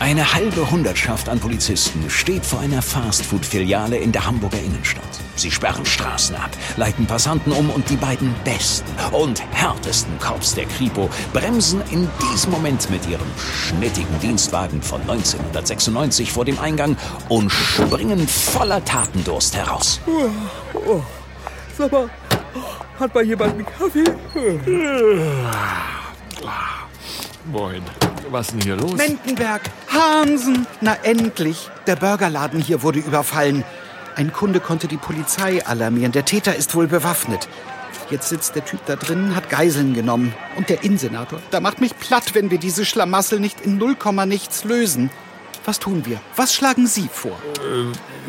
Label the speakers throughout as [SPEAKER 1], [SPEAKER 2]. [SPEAKER 1] Eine halbe Hundertschaft an Polizisten steht vor einer Fastfood-Filiale in der Hamburger Innenstadt. Sie sperren Straßen ab, leiten Passanten um und die beiden besten und härtesten Cops der Kripo bremsen in diesem Moment mit ihrem schnittigen Dienstwagen von 1996 vor dem Eingang und springen voller Tatendurst heraus.
[SPEAKER 2] Oh, sag mal, hat mal jemand einen Kaffee?
[SPEAKER 3] Moin. Was ist denn hier los?
[SPEAKER 4] Mendenberg, Hansen, na endlich. Der Burgerladen hier wurde überfallen. Ein Kunde konnte die Polizei alarmieren. Der Täter ist wohl bewaffnet. Jetzt sitzt der Typ da drin, hat Geiseln genommen. Und der Innensenator, da macht mich platt, wenn wir diese Schlamassel nicht in null Komma nichts lösen. Was tun wir? Was schlagen Sie vor?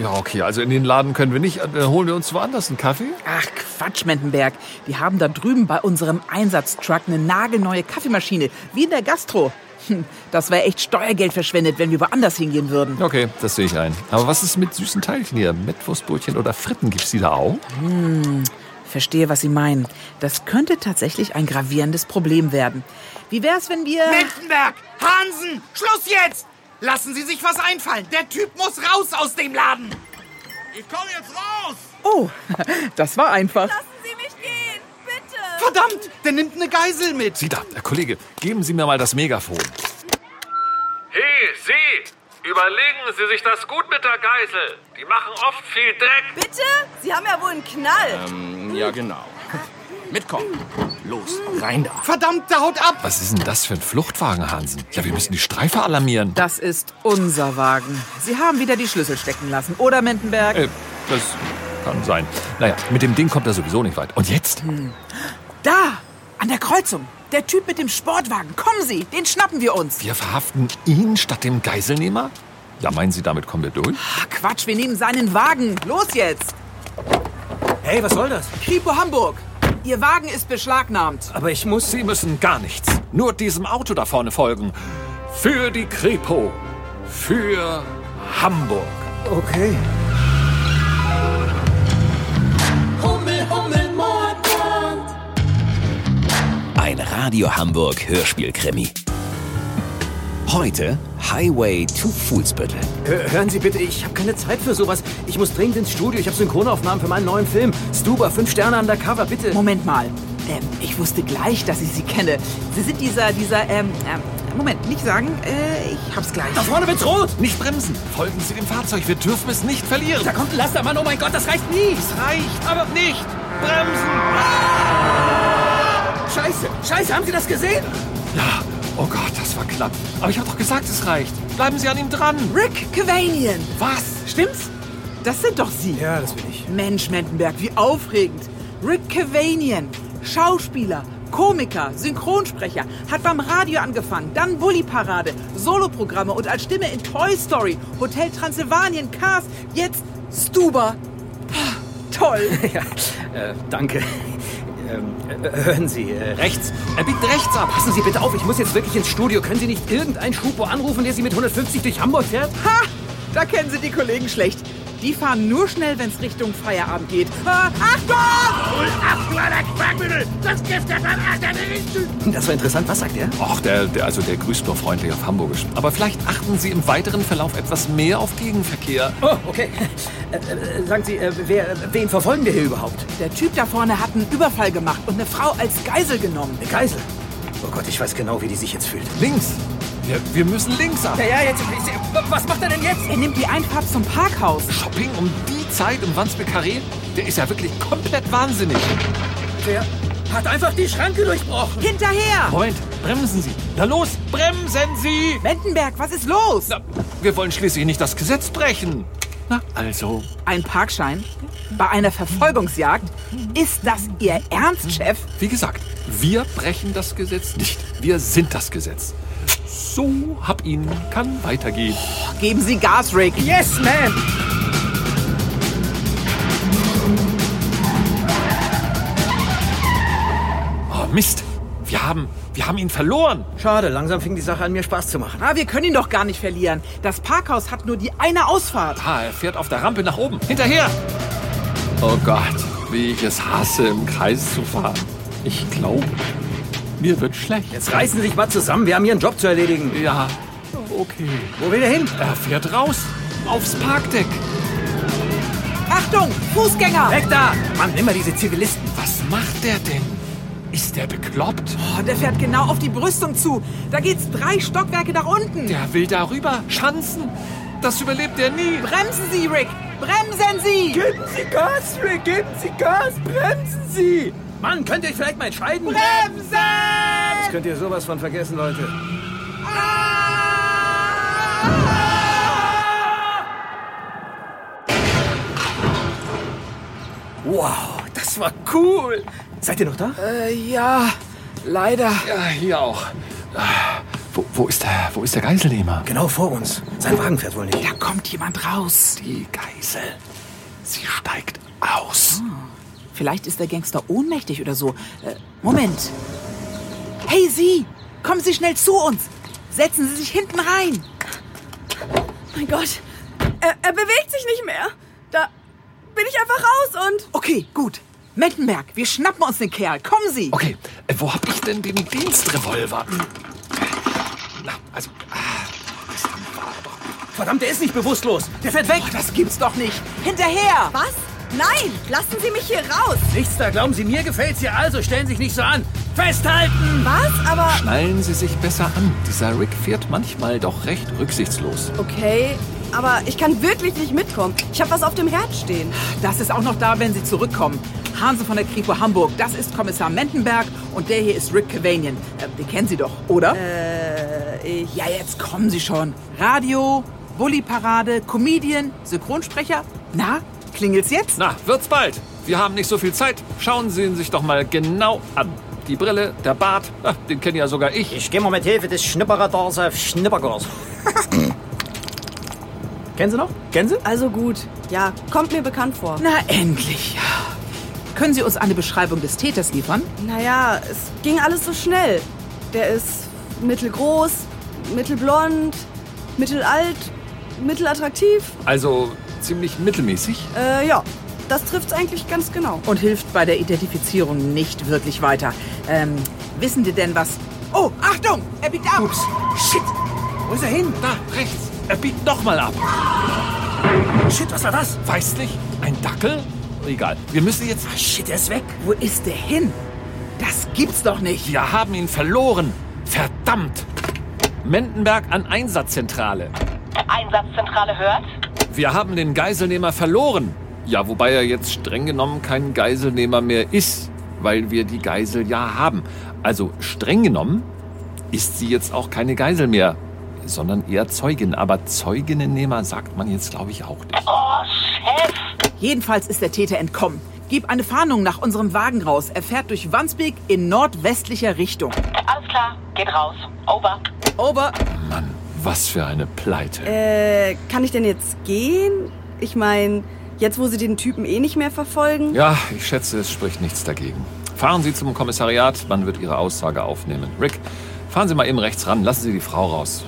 [SPEAKER 3] ja, okay, also in den Laden können wir nicht. Dann holen wir uns woanders einen Kaffee?
[SPEAKER 5] Ach Quatsch, Mendenberg. Die haben da drüben bei unserem Einsatztruck eine nagelneue Kaffeemaschine, wie in der Gastro. Hm, Das wäre echt Steuergeld verschwendet, wenn wir woanders hingehen würden.
[SPEAKER 3] Okay, das sehe ich ein. Aber was ist mit süßen Teilchen hier? Mettwurstbrötchen oder Fritten gibt's die da auch?
[SPEAKER 5] Verstehe, was Sie meinen. Das könnte tatsächlich ein gravierendes Problem werden. Wie wär's, wenn wir...
[SPEAKER 4] Mendenberg, Hansen, Schluss jetzt! Lassen Sie sich was einfallen. Der Typ muss raus aus dem Laden.
[SPEAKER 6] Ich komme jetzt raus!
[SPEAKER 5] Oh, das war einfach.
[SPEAKER 7] Lassen Sie mich gehen, bitte!
[SPEAKER 4] Verdammt, der nimmt eine Geisel mit.
[SPEAKER 3] Sie da, Herr Kollege, geben Sie mir mal das Megafon.
[SPEAKER 6] Hey, Sie! Überlegen Sie sich das gut mit der Geisel. Die machen oft viel Dreck.
[SPEAKER 7] Bitte? Sie haben ja wohl einen Knall.
[SPEAKER 8] Ja, genau. Mitkommen. Los, rein da.
[SPEAKER 4] Verdammt, der haut ab.
[SPEAKER 3] Was ist denn das für ein Fluchtwagen, Hansen? Ja, wir müssen die Streife alarmieren.
[SPEAKER 5] Das ist unser Wagen. Sie haben wieder die Schlüssel stecken lassen, oder Mendenberg?
[SPEAKER 3] Äh, das kann sein. Naja, mit dem Ding kommt er sowieso nicht weit. Und jetzt?
[SPEAKER 5] Da, an der Kreuzung. Der Typ mit dem Sportwagen. Kommen Sie, den schnappen wir uns.
[SPEAKER 3] Wir verhaften ihn statt dem Geiselnehmer? Ja, meinen Sie, damit kommen wir durch?
[SPEAKER 5] Ach Quatsch, wir nehmen seinen Wagen. Los jetzt.
[SPEAKER 9] Hey, was soll das? Also-
[SPEAKER 5] Kripo Hamburg, Ihr Wagen ist beschlagnahmt.
[SPEAKER 9] Aber ich muss...
[SPEAKER 3] Sie müssen gar nichts. Nur diesem Auto da vorne folgen. Für die Kripo. Für Hamburg.
[SPEAKER 9] Okay.
[SPEAKER 10] Hummel, Hummel, Mordbrand.
[SPEAKER 1] Ein Radio Hamburg Hörspielkrimi. Heute Highway to Fuhlsbüttel.
[SPEAKER 9] Hör, hören Sie bitte, ich habe keine Zeit für sowas. Ich muss dringend ins Studio. Ich habe Synchronaufnahmen für meinen neuen Film. Stuber, fünf Sterne undercover, bitte.
[SPEAKER 5] Moment mal. Ähm, ich wusste gleich, dass ich Sie kenne. Sie sind dieser, dieser, ähm, ähm, Moment, nicht sagen. Äh, ich hab's gleich.
[SPEAKER 9] Da vorne wird's rot.
[SPEAKER 3] Nicht bremsen. Folgen Sie dem Fahrzeug. Wir dürfen es nicht verlieren.
[SPEAKER 9] Da kommt ein Lastermann. Oh mein Gott, das reicht nie. Das reicht, aber nicht. Bremsen. Ah! Scheiße, scheiße, haben Sie das gesehen?
[SPEAKER 3] Ja. Oh Gott, das war knapp. Aber ich habe doch gesagt, es reicht. Bleiben Sie an ihm dran.
[SPEAKER 5] Rick Cavanian.
[SPEAKER 3] Was?
[SPEAKER 5] Stimmt's? Das sind doch Sie.
[SPEAKER 9] Ja, das bin ich.
[SPEAKER 5] Mensch, Mendenberg, wie aufregend. Rick Cavanian, Schauspieler, Komiker, Synchronsprecher, hat beim Radio angefangen, dann Bully Parade, Soloprogramme und als Stimme in Toy Story, Hotel Transylvanien, Cars, jetzt Stuber. Toll.
[SPEAKER 9] Ja, äh, danke. Ähm, äh, hören Sie, äh, rechts. Er biegt rechts ab. Passen Sie bitte auf, ich muss jetzt wirklich ins Studio. Können Sie nicht irgendeinen Schupo anrufen, der Sie mit 150 durch Hamburg fährt?
[SPEAKER 5] Ha, da kennen Sie die Kollegen schlecht. Die fahren nur schnell, wenn es Richtung Feierabend geht. Ah, Achtung!
[SPEAKER 9] Das war interessant. Was sagt er?
[SPEAKER 3] Ach, der, der, also der grüßt nur freundlich auf Hamburgisch. Aber vielleicht achten Sie im weiteren Verlauf etwas mehr auf Gegenverkehr.
[SPEAKER 9] Oh, okay. Äh, äh, sagen Sie, äh, wer, äh, wen verfolgen wir hier überhaupt?
[SPEAKER 5] Der Typ da vorne hat einen Überfall gemacht und eine Frau als Geisel genommen.
[SPEAKER 9] Eine Geisel. Oh Gott, ich weiß genau, wie die sich jetzt fühlt.
[SPEAKER 3] Links. Wir, wir müssen links ab.
[SPEAKER 9] ja, jetzt. Was macht er denn jetzt?
[SPEAKER 5] Er nimmt die Einfahrt zum Parkhaus.
[SPEAKER 3] Shopping um die Zeit im Wandsbek Carré? Der ist ja wirklich komplett wahnsinnig.
[SPEAKER 9] Der hat einfach die Schranke durchbrochen.
[SPEAKER 5] Hinterher!
[SPEAKER 3] Moment, bremsen Sie. Na los, bremsen Sie!
[SPEAKER 5] Mendenberg, was ist los?
[SPEAKER 3] Na, wir wollen schließlich nicht das Gesetz brechen. Na, also.
[SPEAKER 5] Ein Parkschein? Bei einer Verfolgungsjagd? Ist das Ihr Ernst, Chef?
[SPEAKER 3] Wie gesagt, wir brechen das Gesetz nicht. Wir sind das Gesetz. So hab ihn, kann weitergehen.
[SPEAKER 5] Geben Sie Gas, Rick.
[SPEAKER 9] Yes, ma'am.
[SPEAKER 3] Oh, Mist. Wir haben, wir haben ihn verloren.
[SPEAKER 9] Schade, langsam fing die Sache an, mir Spaß zu machen.
[SPEAKER 5] Ah, wir können ihn doch gar nicht verlieren. Das Parkhaus hat nur die eine Ausfahrt.
[SPEAKER 3] Ah, er fährt auf der Rampe nach oben. Hinterher! Oh Gott, wie ich es hasse, im Kreis zu fahren. Ich glaube, mir wird schlecht.
[SPEAKER 9] Jetzt reißen Sie sich mal zusammen, wir haben hier einen Job zu erledigen.
[SPEAKER 3] Ja, Okay.
[SPEAKER 9] Wo will der hin?
[SPEAKER 3] Er fährt raus. Aufs Parkdeck.
[SPEAKER 5] Achtung, Fußgänger!
[SPEAKER 9] Weg da! Mann, immer diese Zivilisten.
[SPEAKER 3] Was macht der denn? Ist der bekloppt?
[SPEAKER 5] Oh, der fährt genau auf die Brüstung zu. Da geht's drei Stockwerke nach unten.
[SPEAKER 3] Der will darüber. Schanzen. Das überlebt er nie.
[SPEAKER 5] Bremsen Sie, Rick! Bremsen Sie!
[SPEAKER 2] Geben Sie Gas, Rick! Geben Sie Gas! Bremsen Sie!
[SPEAKER 9] Mann, könnt ihr euch vielleicht mal entscheiden?
[SPEAKER 5] Bremsen!
[SPEAKER 9] Das könnt ihr sowas von vergessen, Leute. Wow, das war cool. Seid ihr noch da?
[SPEAKER 5] Äh, ja, leider.
[SPEAKER 3] Ja, hier auch. Ah, Wo, wo, ist der, wo ist der Geiselnehmer?
[SPEAKER 9] Genau vor uns. Sein Wagen fährt wohl nicht.
[SPEAKER 5] Da kommt jemand raus.
[SPEAKER 3] Die Geisel. Sie steigt aus.
[SPEAKER 5] Vielleicht ist der Gangster ohnmächtig oder so. Äh, Moment. Hey, Sie! Kommen Sie schnell zu uns! Setzen Sie sich hinten rein!
[SPEAKER 7] Mein Gott, er, er bewegt sich nicht mehr. Da bin ich einfach raus und...
[SPEAKER 5] Okay, gut. Mettenberg, wir schnappen uns den Kerl. Kommen Sie!
[SPEAKER 3] Okay, äh, wo hab ich denn den Dienstrevolver? Na, also, ah, das war doch...
[SPEAKER 9] Verdammt, der ist nicht bewusstlos. Der fährt weg.
[SPEAKER 5] Oh, das gibt's doch nicht! Hinterher!
[SPEAKER 7] Was? Nein, lassen Sie mich hier raus.
[SPEAKER 9] Nichts da, glauben Sie, mir gefällt's hier. Also stellen Sie sich nicht so an. Festhalten!
[SPEAKER 7] Was? Aber...
[SPEAKER 3] Schnallen Sie sich besser an. Dieser Rick fährt manchmal doch recht rücksichtslos.
[SPEAKER 7] Okay, aber ich kann wirklich nicht mitkommen. Ich habe was auf dem Herd stehen.
[SPEAKER 5] Das ist auch noch da, wenn Sie zurückkommen. Hanse von der Kripo Hamburg, das ist Kommissar Mentenberg und der hier ist Rick Kavanian. Äh, den kennen Sie doch, oder?
[SPEAKER 7] Äh, ich...
[SPEAKER 5] Ja, jetzt kommen Sie schon. Radio, Bulli-Parade, Comedian, Synchronsprecher. Na, klingelt's jetzt?
[SPEAKER 3] Na, wird's bald. Wir haben nicht so viel Zeit. Schauen Sie ihn sich doch mal genau an. Die Brille, der Bart, ah, den kenne ja sogar ich.
[SPEAKER 11] Ich gehe mal mit Hilfe des Schnipperradars auf Schnippergas.
[SPEAKER 9] Kennen Sie noch? Kennen Sie?
[SPEAKER 7] Also gut. Ja, kommt mir bekannt vor.
[SPEAKER 5] Na, endlich. Können Sie uns eine Beschreibung des Täters liefern?
[SPEAKER 7] Naja, es ging alles so schnell. Der ist mittelgroß, mittelblond, mittelalt, mittelattraktiv.
[SPEAKER 3] Also ziemlich mittelmäßig.
[SPEAKER 7] Äh, ja, das trifft's eigentlich ganz genau.
[SPEAKER 5] Und hilft bei der Identifizierung nicht wirklich weiter. Ähm, wissen Sie denn was? Oh, Achtung! Er biegt ab!
[SPEAKER 9] Ups. Shit. Wo ist er hin?
[SPEAKER 3] Da, rechts. Er biegt nochmal ab.
[SPEAKER 9] Shit, was war das?
[SPEAKER 3] Weiß nicht, ein Dackel? Egal. Wir müssen jetzt.
[SPEAKER 9] Ah, shit, er ist weg.
[SPEAKER 5] Wo ist der hin? Das gibt's doch nicht.
[SPEAKER 3] Wir haben ihn verloren. Verdammt. Mendenberg an Einsatzzentrale.
[SPEAKER 12] Einsatzzentrale hört.
[SPEAKER 3] Wir haben den Geiselnehmer verloren. Ja, wobei er jetzt streng genommen kein Geiselnehmer mehr ist, weil wir die Geisel ja haben. Also streng genommen ist sie jetzt auch keine Geisel mehr, sondern eher Zeugin. Aber Zeuginnennehmer sagt man jetzt, glaube ich, auch nicht.
[SPEAKER 12] Oh, Chef!
[SPEAKER 5] Jedenfalls ist der Täter entkommen. Gib eine Fahndung nach unserem Wagen raus. Er fährt durch Wandsbek in nordwestlicher Richtung.
[SPEAKER 12] Alles klar, geht raus. Over.
[SPEAKER 5] Over.
[SPEAKER 3] Mann, was für eine Pleite.
[SPEAKER 7] Äh, kann ich denn jetzt gehen? Ich meine, jetzt wo Sie den Typen eh nicht mehr verfolgen.
[SPEAKER 3] Ja, ich schätze, es spricht nichts dagegen. Fahren Sie zum Kommissariat, man wird Ihre Aussage aufnehmen. Rick, fahren Sie mal eben rechts ran, lassen Sie die Frau raus.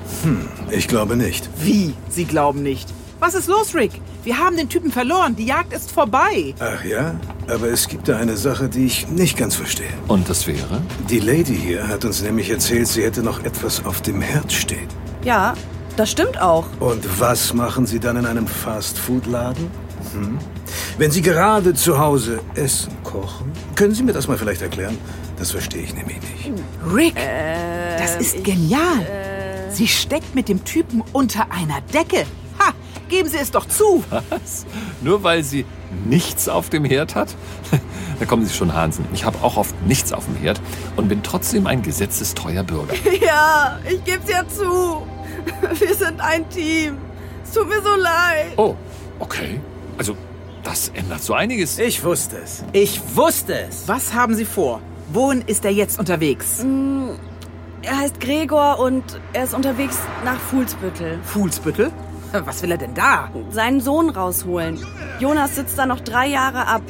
[SPEAKER 13] Ich glaube nicht.
[SPEAKER 5] Wie? Sie glauben nicht. Was ist los, Rick? Wir haben den Typen verloren. Die Jagd ist vorbei.
[SPEAKER 13] Ach ja? Aber es gibt da eine Sache, die ich nicht ganz verstehe.
[SPEAKER 3] Und das wäre?
[SPEAKER 13] Die Lady hier hat uns nämlich erzählt, sie hätte noch etwas auf dem Herd stehen.
[SPEAKER 7] Ja, das stimmt auch.
[SPEAKER 13] Und was machen Sie dann in einem Fast-Food-Laden? Hm? Wenn Sie gerade zu Hause Essen kochen, können Sie mir das mal vielleicht erklären? Das verstehe ich nämlich nicht.
[SPEAKER 5] Rick, das ist genial. Sie steckt mit dem Typen unter einer Decke. Ha, geben Sie es doch zu.
[SPEAKER 3] Was? Nur weil sie nichts auf dem Herd hat? Da kommen Sie schon, Hansen. Ich habe auch oft nichts auf dem Herd und bin trotzdem ein gesetzestreuer Bürger.
[SPEAKER 7] Ja, ich geb's ja zu. Wir sind ein Team. Es tut mir so leid.
[SPEAKER 3] Oh, okay. Also, das ändert so einiges.
[SPEAKER 9] Ich wusste es. Ich wusste es.
[SPEAKER 5] Was haben Sie vor? Wohin ist er jetzt unterwegs?
[SPEAKER 7] Er heißt Gregor und er ist unterwegs nach Fuhlsbüttel.
[SPEAKER 5] Fuhlsbüttel? Was will er denn da?
[SPEAKER 7] Seinen Sohn rausholen. Jonas sitzt da noch drei Jahre ab.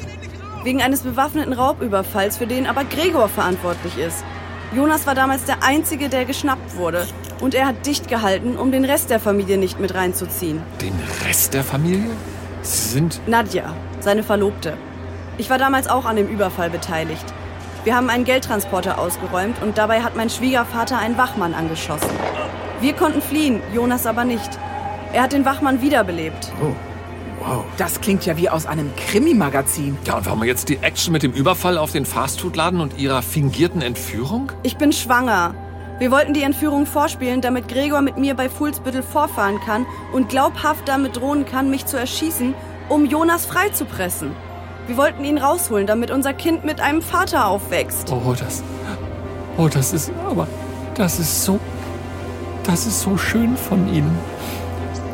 [SPEAKER 7] Wegen eines bewaffneten Raubüberfalls, für den aber Gregor verantwortlich ist. Jonas war damals der Einzige, der geschnappt wurde. Und er hat dicht gehalten, um den Rest der Familie nicht mit reinzuziehen.
[SPEAKER 3] Den Rest der Familie? Sie sind.
[SPEAKER 7] Nadja, seine Verlobte. Ich war damals auch an dem Überfall beteiligt. Wir haben einen Geldtransporter ausgeräumt und dabei hat mein Schwiegervater einen Wachmann angeschossen. Wir konnten fliehen, Jonas aber nicht. Er hat den Wachmann wiederbelebt.
[SPEAKER 13] Oh. Wow.
[SPEAKER 5] Das klingt ja wie aus einem Krimi-Magazin.
[SPEAKER 3] Ja, und warum jetzt die Action mit dem Überfall auf den Fastfood-Laden und ihrer fingierten Entführung?
[SPEAKER 7] Ich bin schwanger. Wir wollten die Entführung vorspielen, damit Gregor mit mir bei Fuhlsbüttel vorfahren kann und glaubhaft damit drohen kann, mich zu erschießen, um Jonas freizupressen. Wir wollten ihn rausholen, damit unser Kind mit einem Vater aufwächst.
[SPEAKER 3] Oh, das. Oh, das ist. Aber. Das ist so. Das ist so schön von Ihnen.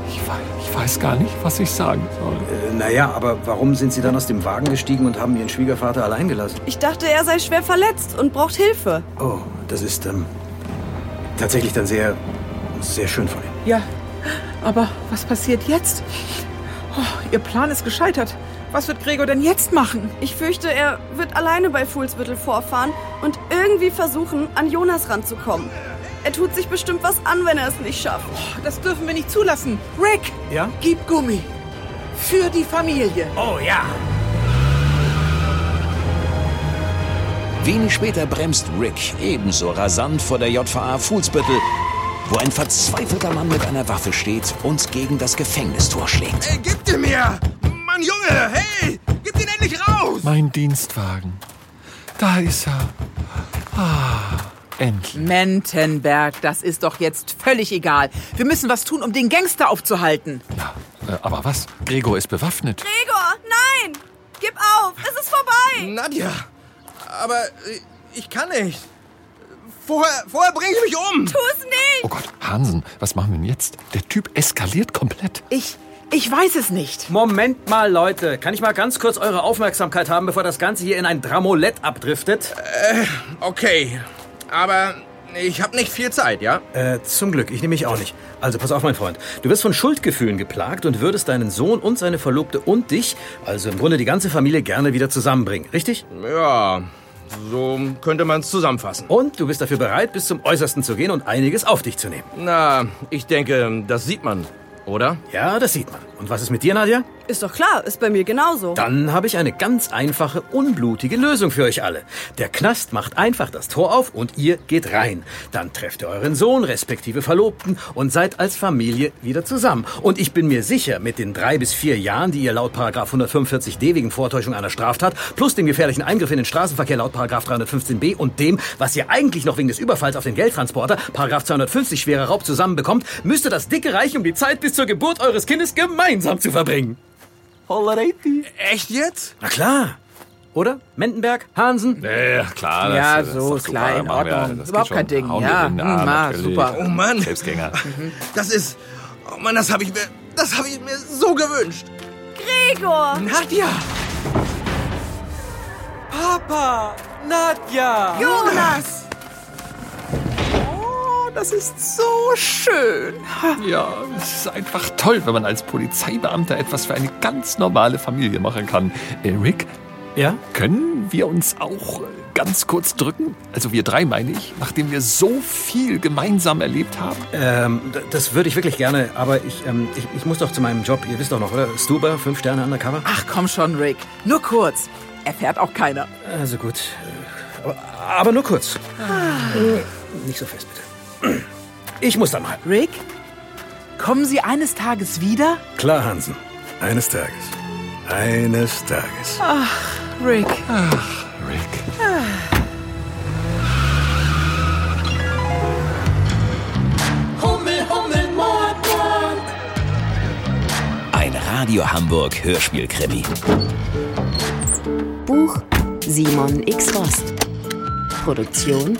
[SPEAKER 3] Ich weiß, ich weiß gar nicht, was ich sagen soll.
[SPEAKER 13] Äh, naja, aber warum sind Sie dann aus dem Wagen gestiegen und haben Ihren Schwiegervater allein gelassen?
[SPEAKER 7] Ich dachte, er sei schwer verletzt und braucht Hilfe.
[SPEAKER 13] Oh, das ist ähm, tatsächlich dann sehr, sehr schön von Ihnen.
[SPEAKER 5] Ja, aber was passiert jetzt? Oh, ihr Plan ist gescheitert. Was wird Gregor denn jetzt machen?
[SPEAKER 7] Ich fürchte, er wird alleine bei Fuhlsbüttel vorfahren und irgendwie versuchen, an Jonas ranzukommen. Er tut sich bestimmt was an, wenn er es nicht schafft.
[SPEAKER 5] Das dürfen wir nicht zulassen. Rick!
[SPEAKER 13] Ja?
[SPEAKER 5] Gib Gummi. Für die Familie.
[SPEAKER 9] Oh ja.
[SPEAKER 1] Wenig später bremst Rick ebenso rasant vor der JVA Fuhlsbüttel, wo ein verzweifelter Mann mit einer Waffe steht und gegen das Gefängnistor schlägt.
[SPEAKER 10] Ey, gib dir mir! Mann, Junge, hey! Gib den endlich raus!
[SPEAKER 3] Mein Dienstwagen. Da ist er. Ah, endlich.
[SPEAKER 5] Mentenberg, das ist doch jetzt völlig egal. Wir müssen was tun, um den Gangster aufzuhalten.
[SPEAKER 3] Äh, aber was? Gregor ist bewaffnet.
[SPEAKER 7] Gregor, nein! Gib auf! Es ist vorbei!
[SPEAKER 10] Nadja, aber äh, ich kann nicht. Vorher, vorher bringe ich mich um!
[SPEAKER 7] Tu es nicht!
[SPEAKER 3] Oh Gott, Hansen, was machen wir denn jetzt? Der Typ eskaliert komplett.
[SPEAKER 5] Ich. Ich weiß es nicht.
[SPEAKER 9] Moment mal, Leute. Kann ich mal ganz kurz eure Aufmerksamkeit haben, bevor das Ganze hier in ein Dramolett abdriftet?
[SPEAKER 10] Okay, aber ich habe nicht viel Zeit, ja?
[SPEAKER 9] Äh, zum Glück, ich nehme mich auch nicht. Also pass auf, mein Freund. Du wirst von Schuldgefühlen geplagt und würdest deinen Sohn und seine Verlobte und dich, also im Grunde die ganze Familie, gerne wieder zusammenbringen, richtig?
[SPEAKER 10] Ja, so könnte man es zusammenfassen.
[SPEAKER 9] Und du bist dafür bereit, bis zum Äußersten zu gehen und einiges auf dich zu nehmen.
[SPEAKER 10] Na, ich denke, das sieht man, oder?
[SPEAKER 9] Ja, das sieht man. Und was ist mit dir, Nadja?
[SPEAKER 7] Ist doch klar, ist bei mir genauso.
[SPEAKER 9] Dann habe ich eine ganz einfache, unblutige Lösung für euch alle. Der Knast macht einfach das Tor auf und ihr geht rein. Dann trefft ihr euren Sohn, respektive Verlobten und seid als Familie wieder zusammen. Und ich bin mir sicher, mit den drei bis vier Jahren, die ihr laut Paragraf 145d wegen Vortäuschung einer Straftat plus dem gefährlichen Eingriff in den Straßenverkehr laut Paragraf 315b und dem, was ihr eigentlich noch wegen des Überfalls auf den Geldtransporter Paragraf 250 schwerer Raub zusammenbekommt, müsste das dicke Reich um die Zeit bis zur Geburt eures Kindes gemeinsam zu verbringen. Hollereiti.
[SPEAKER 10] Echt jetzt?
[SPEAKER 9] Na klar. Oder? Mendenberg? Hansen?
[SPEAKER 3] Nee, klar. Das,
[SPEAKER 5] Ja,
[SPEAKER 3] das
[SPEAKER 5] so
[SPEAKER 3] doch
[SPEAKER 5] ist klar, in
[SPEAKER 3] machen wir,
[SPEAKER 5] Ordnung.
[SPEAKER 3] das
[SPEAKER 5] Überhaupt
[SPEAKER 3] geht
[SPEAKER 5] kein
[SPEAKER 3] schon.
[SPEAKER 5] Ding,
[SPEAKER 3] Hauen wir
[SPEAKER 5] ja.
[SPEAKER 3] den in den Arm,
[SPEAKER 5] Mhm, ah,
[SPEAKER 3] natürlich.
[SPEAKER 5] super.
[SPEAKER 10] Oh Mann.
[SPEAKER 3] Selbstgänger.
[SPEAKER 10] Das ist. Oh Mann, das habe ich mir. Das habe ich mir so gewünscht.
[SPEAKER 7] Gregor!
[SPEAKER 10] Nadja!
[SPEAKER 2] Papa! Nadja!
[SPEAKER 5] Jonas! Oh, das ist so schön.
[SPEAKER 3] Ja, es ist einfach toll, wenn man als Polizeibeamter etwas für eine ganz normale Familie machen kann. Äh, Rick,
[SPEAKER 9] Ja?
[SPEAKER 3] können wir uns auch äh, ganz kurz drücken? Also wir drei, meine ich, nachdem wir so viel gemeinsam erlebt haben.
[SPEAKER 9] Ähm, d- das würde ich wirklich gerne, aber ich, ähm, ich, ich muss doch zu meinem Job. Ihr wisst doch noch, oder? Stuber, fünf Sterne undercover.
[SPEAKER 5] Ach komm schon, Rick. Nur kurz. Erfährt auch keiner.
[SPEAKER 9] Also gut. Äh, Aber, aber nur kurz. Äh, Nicht so fest, bitte. Ich muss dann mal.
[SPEAKER 5] Rick? Kommen Sie eines Tages wieder?
[SPEAKER 13] Klar, Hansen. Eines Tages. Eines Tages.
[SPEAKER 5] Ach, Rick.
[SPEAKER 3] Rick.
[SPEAKER 10] Hummel, Hummel, Mordbrand.
[SPEAKER 1] Ein Radio Hamburg Hörspielkrimi.
[SPEAKER 14] Buch Simon X. Rost. Produktion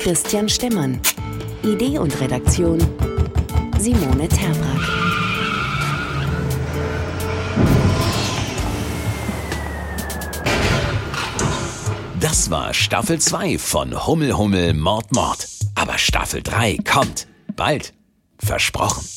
[SPEAKER 14] Christian Stemmern. Idee und Redaktion Simone Terbrack.
[SPEAKER 1] Das war Staffel 2 von Hummel Hummel Mord Mord. Aber Staffel 3 kommt bald. Versprochen.